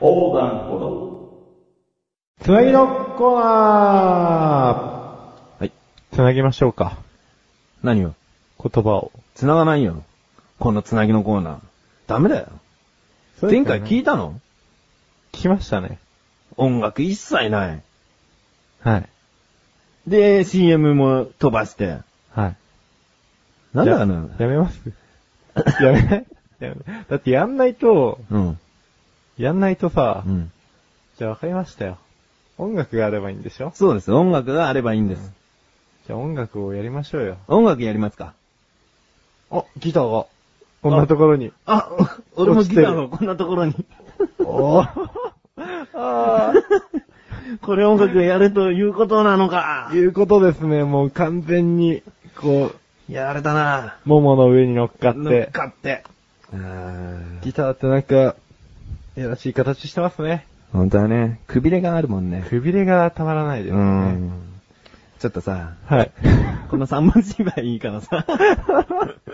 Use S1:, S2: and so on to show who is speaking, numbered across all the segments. S1: 横断歩道。
S2: つなぎのコーナー
S3: はい。
S2: つなぎましょうか。
S3: 何を
S2: 言葉を。
S3: 繋がないよ。このつなぎのコーナー。ダメだよ。前回聞
S2: 聞
S3: いたの
S2: きましたね。
S3: 音楽一切ない。
S2: はい。
S3: で、CM も飛ばして。
S2: はい。
S3: なんだか
S2: や
S3: な
S2: やめます やめないやめないだってやんないと、
S3: うん。
S2: やんないとさ、
S3: うん。
S2: じゃあわかりましたよ。音楽があればいいんでしょ
S3: そうです。音楽があればいいんです。
S2: じゃあ音楽をやりましょうよ。
S3: 音楽やりますか
S2: あ、ギターが。こんなところに。
S3: あ、
S2: 俺もギターが
S3: をこんなところに。
S2: おーあ
S3: これ音楽やるということなのか
S2: あ、いうことですね。もう完全に、こ
S3: やられたな
S2: う、ももの上に乗っかっ、
S3: 乗ってかって。あ
S2: ギターってなんか、いやらしい形してますね。
S3: 本当はね、くびれがあるもんね。
S2: くびれがたまらないです
S3: う
S2: ね。
S3: ん。ちょっとさ、
S2: はい。
S3: この三文字芝居いいからさ。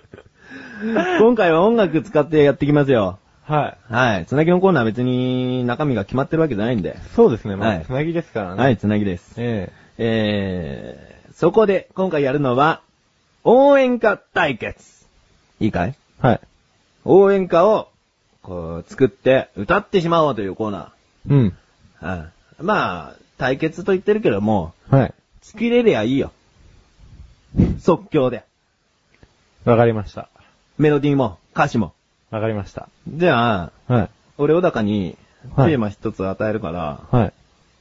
S3: 今回は音楽使ってやってきますよ。
S2: はい。
S3: はい。つなぎのコーナーは別に中身が決まってるわけじゃないんで。
S2: そうですね。ま
S3: は
S2: あ、
S3: い
S2: つなぎですからね。
S3: はい、つなぎです。
S2: え
S3: えー、そこで今回やるのは、応援歌対決。いいかい
S2: え。はい。
S3: 応援歌を、こう、作って歌ってしまおうというコーナ
S2: うん。
S3: ー。うん。まあ、対決と言ってるけども、
S2: はい。
S3: 作れりゃいいよ。即興で。
S2: わかりました。
S3: メロディーも、歌詞も。
S2: わかりました。
S3: じゃあ、
S2: はい。
S3: 俺小高に、テ
S2: はい
S3: ーマ一つ与えるから、
S2: は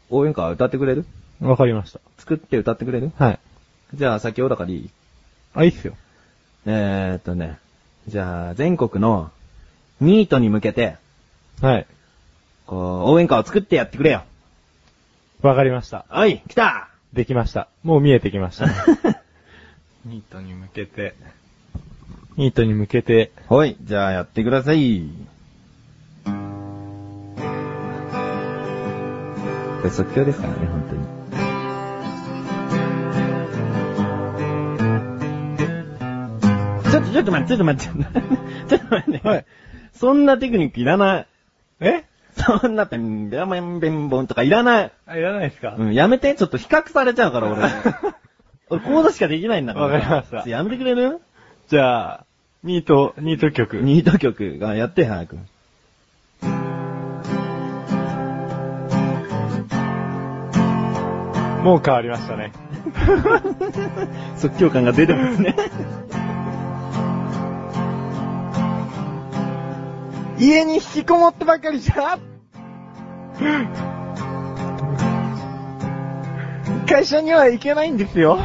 S3: 応援歌歌ってくれる
S2: い。わかりました。
S3: 作って歌ってくれる
S2: はい。
S3: じゃあ、先小高でいい
S2: あ、いいっすよ。
S3: えーっとね、じゃあ、全国の、ニートに向けて、
S2: はい。
S3: こう、応援歌を作ってやってくれよ。
S2: わかりました。
S3: おい、来 た
S2: できました。もう見えてきました。 ニートに向けて。ニートに向けて。
S3: ほい、じゃあやってください。これ即興ですからね、本当に。ちょっと、ちょっと待って、ちょっと待って。 ちょっと待って。
S2: はい。
S3: そんなテクニックいらない。
S2: え
S3: そんなペン、ベラメンベンボンとかいらない。
S2: あ、いらないですか
S3: うん、やめて、ちょっと比較されちゃうから、俺。俺、コードしかできないんだから。
S2: わかりました
S3: ちょっとやめてくれる
S2: じゃあ、ニート、ニート曲。
S3: ニート曲がやって、早く。
S2: もう変わりましたね。
S3: 即興感が出てますね。
S2: 家に引きこもってばかりじゃ会社には行けないんですよ。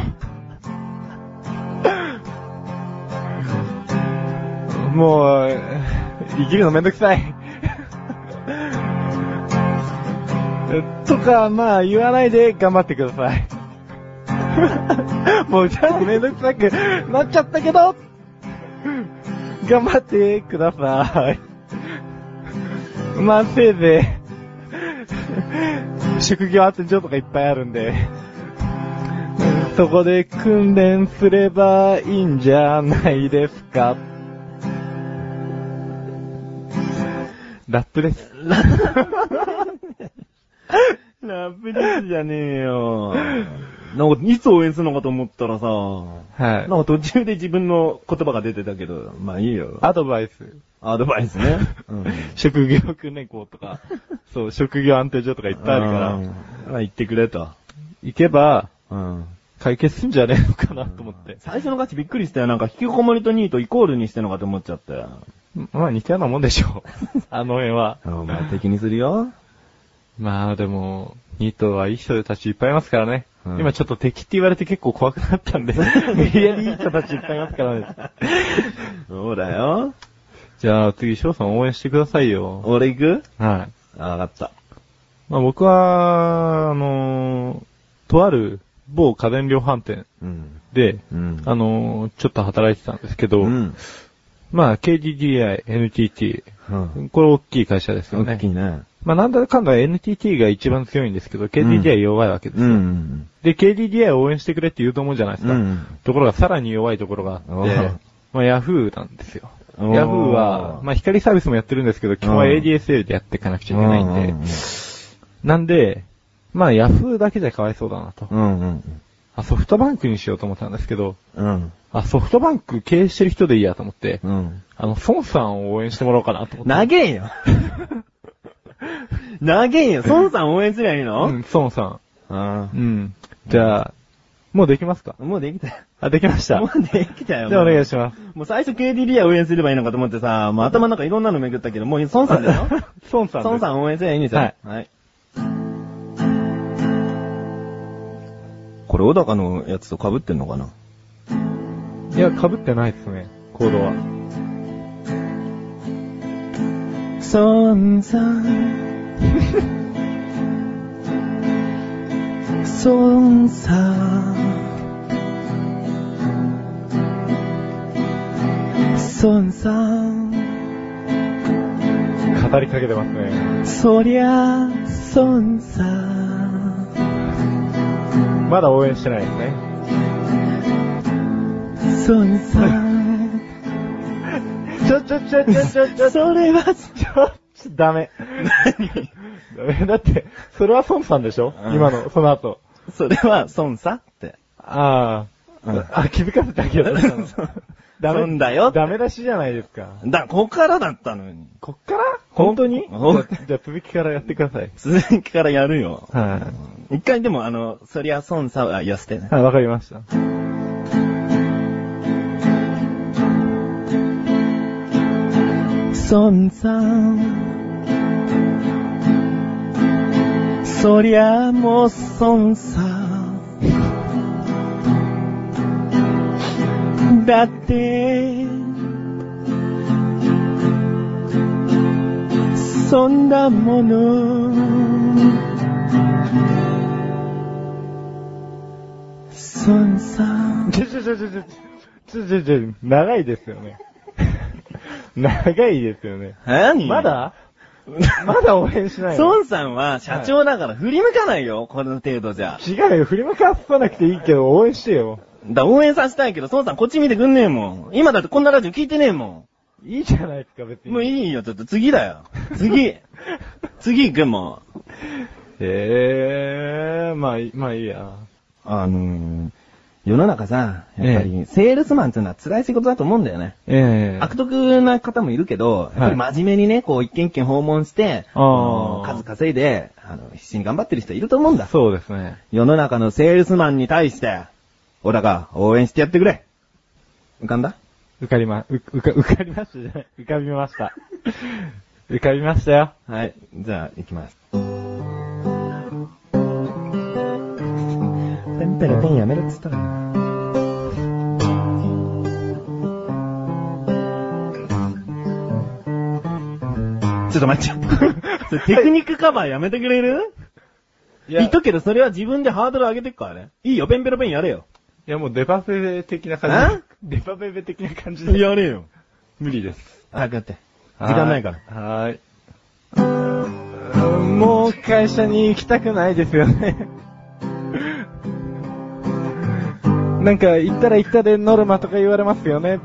S2: もう、生きるのめんどくさい。とか、まあ言わないで頑張ってください。もうちょっとめんどくさくなっちゃったけど、頑張ってください。まあせいぜい、職業発展所とかいっぱいあるんで、そこで訓練すればいいんじゃないですか。ラップです。
S3: ラップですじゃねえよ。なんか、いつ応援するのかと思ったらさ、
S2: は
S3: なんか途中で自分の言葉が出てたけど、まあいいよ。
S2: アドバイス。
S3: アドバイスね。うん。
S2: 職業訓練校とか、そう、職業安定所とかいっぱいある
S3: う
S2: から、
S3: んまあ言ってくれと。
S2: 行けば
S3: うん。
S2: 解決すんじゃねえのかなと思って。
S3: 最初のガチびっくりしたよ。なんか、引きこもりとニートイコールにしてんのかと思っちゃったよ。
S2: まあ似たようなもんでしょう。 あの辺は。
S3: お前敵にするよ。
S2: まあでも、ニートはいい人たちいっぱいいますからね。
S3: うん
S2: 今ちょっと敵って言われて結構怖くなったん で、無理やりいい人たちいっぱいいますから ね。
S3: そうだよ。
S2: じゃあ次、翔さん応援してくださいよ。
S3: 俺行く
S2: はい。
S3: あ、わかった。
S2: まあ僕は、あのーとある某家電量販店
S3: うん。
S2: で、
S3: うん
S2: あのーちょっと働いてたんですけど、
S3: うん。
S2: まあ、KDDI、NTT、
S3: うん。
S2: これ大きい会社ですよ
S3: 大
S2: ね
S3: き。いね。
S2: まあ、なんだかんだ NTT が一番強いんですけど、KDDI 弱いわけです
S3: う
S2: よ。
S3: ん。
S2: で、KDDI を応援してくれって言うと思うじゃないですか。
S3: うん
S2: ところがさらに弱いところがあって
S3: おう、
S2: まあ、Yahoo なんですよ。
S3: あおー
S2: ヤフーは、まあ、光サービスもやってるんですけど、基本は
S3: うん
S2: ADSL でやっていかなくちゃいけないんで。
S3: う
S2: なんで、まあ、ヤフーだけじゃかわいそうだなと。
S3: んうんうん。
S2: あ、ソフトバンクにしようと思ったんですけど、
S3: うん。
S2: あ、ソフトバンク経営してる人でいいやと思って、
S3: うん。
S2: あの、孫さんを応援してもらおうかなと思って。
S3: 投げんよ投げんよ孫さん応援すりゃいいの
S2: うん、孫さ
S3: うん
S2: ん。うん。じゃあ、もうできますか
S3: もうできたよ。
S2: あ、できました。
S3: もうできたよ。
S2: じゃあお願い
S3: し
S2: します。
S3: もう最初 KDDI 応援すればいいのかと思ってさ、もう頭の中いろんなの巡ったけど、もう孫さんだよ。
S2: 孫さんです。
S3: 孫さん応援すればいいんですよ。
S2: はい。
S3: はい。これ小高のやつと被ってんのかない
S2: や、被ってないですね、コードは。
S3: 孫さん。孫さん。孫さん。
S2: 語りかけてますね。
S3: そりゃ、孫さん。
S2: まだ応援してないですね。
S3: 孫さん。
S2: ちょちょちょちょちょちょ。
S3: それは、
S2: ちょ、ちょ、ダメ。ダメ。だって、それは孫さんでしょ
S3: うん
S2: 今の、その後。
S3: それは孫さんって。
S2: あ
S3: う
S2: あ
S3: ん。
S2: あ、気づかせてあげようとしたの
S3: そう
S2: ダメ
S3: そんだよ
S2: ダメ出しじゃないですか。
S3: だ、ここからだったのに。
S2: こっから本当に
S3: ほん
S2: じゃあじゃあ続きからやってください。
S3: 続きからやるよ。
S2: は
S3: 一回でも、あの、そりゃ孫さんは痩せてね
S2: い。。はい、わかりました。
S3: 孫さん。そりゃもう孫さん。だって、そんなもの。孫さん。
S2: ちょちょちょちょちょ、ちょちょちょ、長いですよね。長いですよね。
S3: 何
S2: まだまだ応援しないの
S3: 孫さんは社長だから振り向かないよ、この程度じゃ。
S2: 違うよ、振り向かさなくていいけど応援してよ。
S3: だ、応援させたいけど、孫さんこっち見てくんねえもん。今だってこんなラジオ聞いてねえも
S2: いいじゃないですか、別
S3: ん。
S2: に。
S3: もういいよ、ちょっと次だよ。 次。次行くもん。
S2: ええー、まあいい、まあいいや。
S3: あのー、世の中さ、
S2: やっぱり
S3: セールスマンっていうのは辛い仕事だと思うんだよね。
S2: え
S3: 悪徳な方もいるけど、やっぱり真面目にね、こう一軒一軒訪問して、
S2: あー
S3: あの数稼いで、あの、必死に頑張ってる人いると思うんだ。
S2: そうですね。
S3: 世の中のセールスマンに対して、小高、応援してやってくれ。浮かんだ
S2: 受かりま、う、うか、受かりましたじゃない。浮かびました。浮かびましたよ。
S3: はい。じゃあ、行きます。ペンペラペンやめろっつったらちょっと待っちゃう。それ テクニックカバーやめてくれる
S2: い
S3: 言っとくけど、それは自分でハードル上げてっからね。いいよ、ペンペラペンやれよ。
S2: やもうデパペベ的な
S3: 感
S2: じ。デパペベ的な感じ。
S3: れよ。
S2: 無理です。
S3: 早くやって。時間ないから。
S2: ら。はーい。もう会社に行きたくないですよね。 なんか、行ったら行ったでノルマとか言われますよね。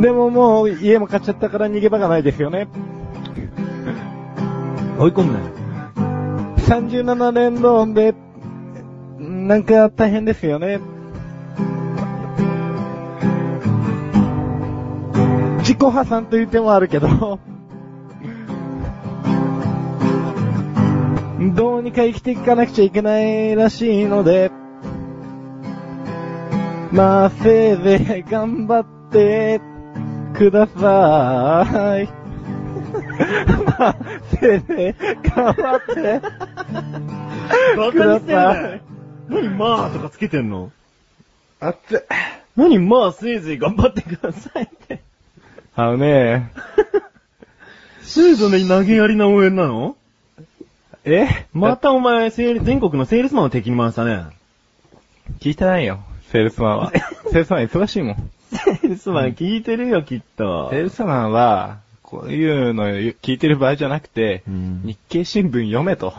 S2: でももう家も買っちゃったから逃げ場がないですよね。
S3: 追い込むなよ。
S2: 37年ローンで、なんか大変ですよね。自己破産という手もあるけど、どうにか生きていかなくちゃいけないらしいので、まあ、せいぜい頑張ってください。 まあ、せいぜい頑張 って。
S3: バカにしてんだよ。 何まあとかつけてんの
S2: 熱っ。
S3: 何まあせいぜい頑張ってくださいって。
S2: あのね、
S3: せいぜい投げやりな応援なの
S2: え
S3: またお前、セール全国のセールスマンを敵に回したね。
S2: 聞いてないよ、セールスマンは。 セールスマン忙し いもん。
S3: セールスマン聞いてるよ、きっと
S2: セールスマンは、こういうの聞いてる場合じゃなくて、
S3: うん
S2: 日経新聞読めと。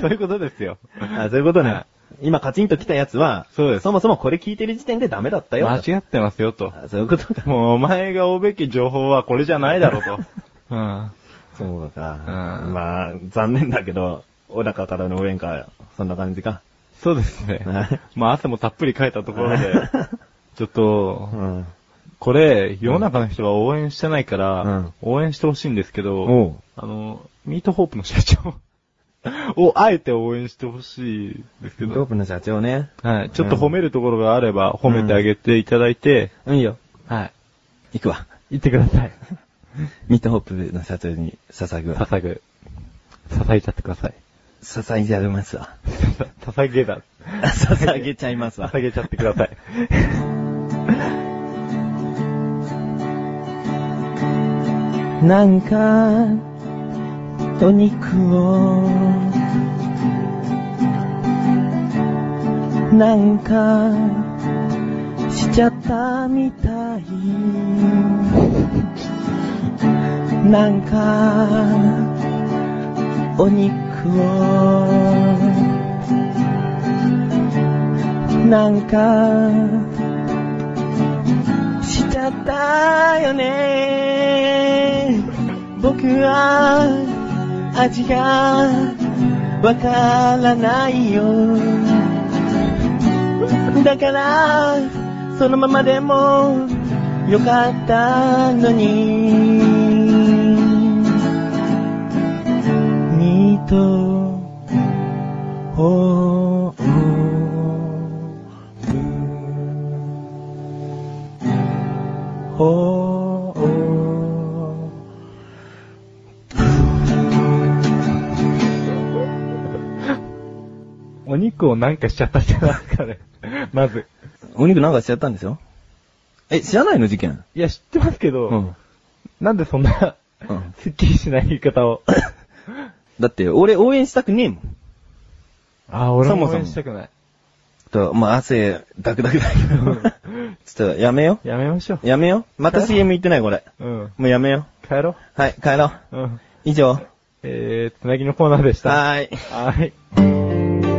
S2: そういうことですよ。
S3: あ、そういうことね。今カチンと来たやつは、
S2: そうです
S3: そもそもこれ聞いてる時点でダメだったよ。
S2: 間違ってますよと。
S3: あそういうことか。
S2: もうお前が追うべき情報はこれじゃないだろう と。うん。
S3: そうか。
S2: うん
S3: まあ、残念だけど、小高からの応援歌、そんな感じか。
S2: そうですね
S3: はい。
S2: まあ汗もたっぷりかいたところ で、ちょっと
S3: う、ん。
S2: これ、世の中の人が応援してないか
S3: う
S2: ら
S3: ん、
S2: 応援してほしいんですけ
S3: お
S2: ど
S3: う、
S2: あの、ミートホープの社長 をあえて応援してほしいですけ
S3: ドー
S2: ど、
S3: プの社長ね。
S2: はい。ちょっと褒めるところがあれば、褒めてあげていただいて、
S3: うんいいよ。
S2: はい。
S3: 行くわ。
S2: 言ってください。
S3: ミッドホップの社長に捧ぐわ。
S2: 捧ぐ。捧げちゃってください。
S3: 捧げちゃいますわ。
S2: 捧げだ。
S3: 捧げちゃいますわ。
S2: 捧げちゃってください。
S3: なんか、お肉を、なんか、しちゃったみたい。なんか、お肉を、なんか、しちゃったよね僕は味がわからないよだからそのままでもよかったのにミートホープほー お
S2: お肉をなんかしちゃったじゃないですかね。まず。
S3: お肉なんかしちゃったんでしょえ、知らないの事件
S2: いや、知ってますけど、
S3: うん。
S2: なんでそんな、
S3: うん
S2: すっきりしない言い方 を。
S3: だって、俺応援したくねえもん。
S2: あ、俺
S3: そも
S2: も
S3: そ
S2: 応
S3: も
S2: 援したくない。
S3: と、まあ、汗、ダクダクだけ ど。ちょっと、やめよ。
S2: やめましょう。
S3: やめよ。また CM 行ってない、これ。
S2: うん。
S3: もうやめよ。
S2: 帰ろ
S3: はい、帰ろう。
S2: う。うん。
S3: 以上。
S2: えー、つなぎのコーナーでした。
S3: はーい。
S2: はい。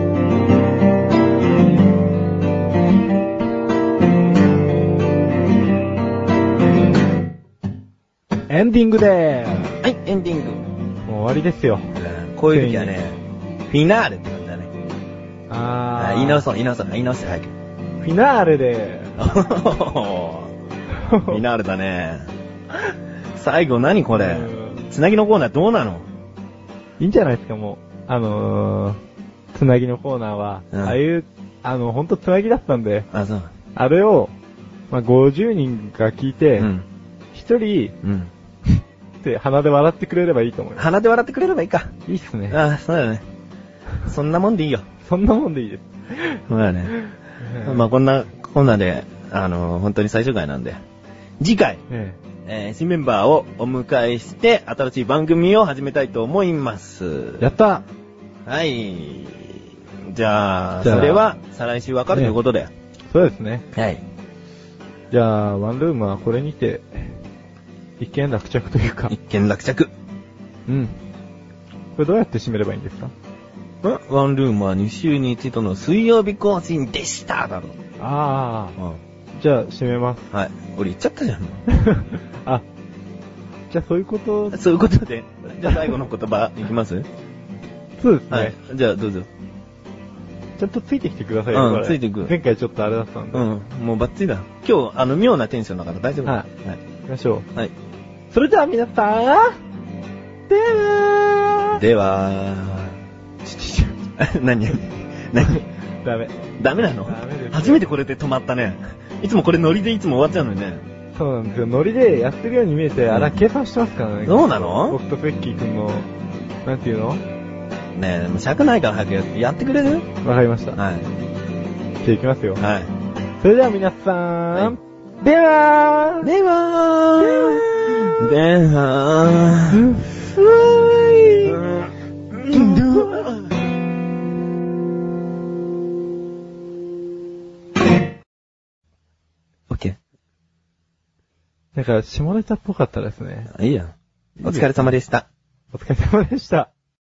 S2: エンディングでー
S3: はい、エンディン
S2: す。もう終わりですよ。
S3: グ。こういう時はね、フィナーレって感じだね。
S2: あ
S3: あ、言い直そう、言い直そう、言い直して、 早く。
S2: フィナーレで
S3: おーフィナーレだね。最後何これ
S2: うん
S3: つなぎのコーナーどうなの
S2: いいんじゃないですか、もう。あのー、つなぎのコーナーは、
S3: うん
S2: ああいう、あの、ほんとつなぎだったんで、
S3: あ、そう。
S2: あれを、まあ、50人が聞いて、
S3: うん。
S2: 1人
S3: うん。
S2: って鼻で笑ってくれればいいと思いま
S3: 鼻で笑ってくれればいいか。
S2: す。いいっすね。
S3: ああ、そうだね。そんなもんでいいよ。
S2: そんなもんでいいです。
S3: そうだね。まあこんな、こんなで、あの、本当に最終回なんで。次回、
S2: え
S3: えー新メンバーをお迎えして、新しい番組を始めたいと思います
S2: え。やった
S3: はい。じゃあ、
S2: じゃあ
S3: それは、再来週わかるということで。
S2: そうですね。
S3: はい。
S2: じゃあ、ワンルームはこれにて、一見落着というか
S3: 一、見落着。ん
S2: うん。これどうやって締めればいいんですか
S3: ワンルームは2週に一度の水曜日更新でしただろ。
S2: あ
S3: う。
S2: あ。じゃあ、締め ます。
S3: ん。はい。俺言っちゃったじゃん。も
S2: あ、じゃあそういうこと
S3: う、そういうことで、じゃあ最後の言葉いきます
S2: そうですね。
S3: はい。じゃあどうぞ。
S2: ちゃんとついてきてください
S3: うん
S2: これ
S3: ついてく
S2: 前回ちょっとあれだったんで。
S3: う
S2: 行
S3: ん。もうバッチリだ。今日、あの、妙なテンションだから大丈夫。
S2: はきましょう。
S3: い。はい。
S2: それでは皆さん、では
S3: では、
S2: ちょちょ
S3: 何何
S2: ちょダメ。
S3: ダメなの
S2: ダメです
S3: 初めてこれで止まったね。いつもこれノリでいつも終わっちゃうのにね。
S2: そうなんですよ。ノリでやってるように見えて、あら、
S3: うん
S2: 計算してますからね。
S3: そうなの
S2: 僕とベッキー君の、なんていうの
S3: ねえ、もう尺ないから早くやってやってくれる
S2: わかりました。じゃ
S3: はい。
S2: あ行きますよ。
S3: はい。
S2: それでは皆さん、では
S3: ではー。ではー。うんオッケ
S2: なんか、下ネタっぽかったですね。
S3: ー。いいや。お疲れ様でした。
S2: お疲れ様でした。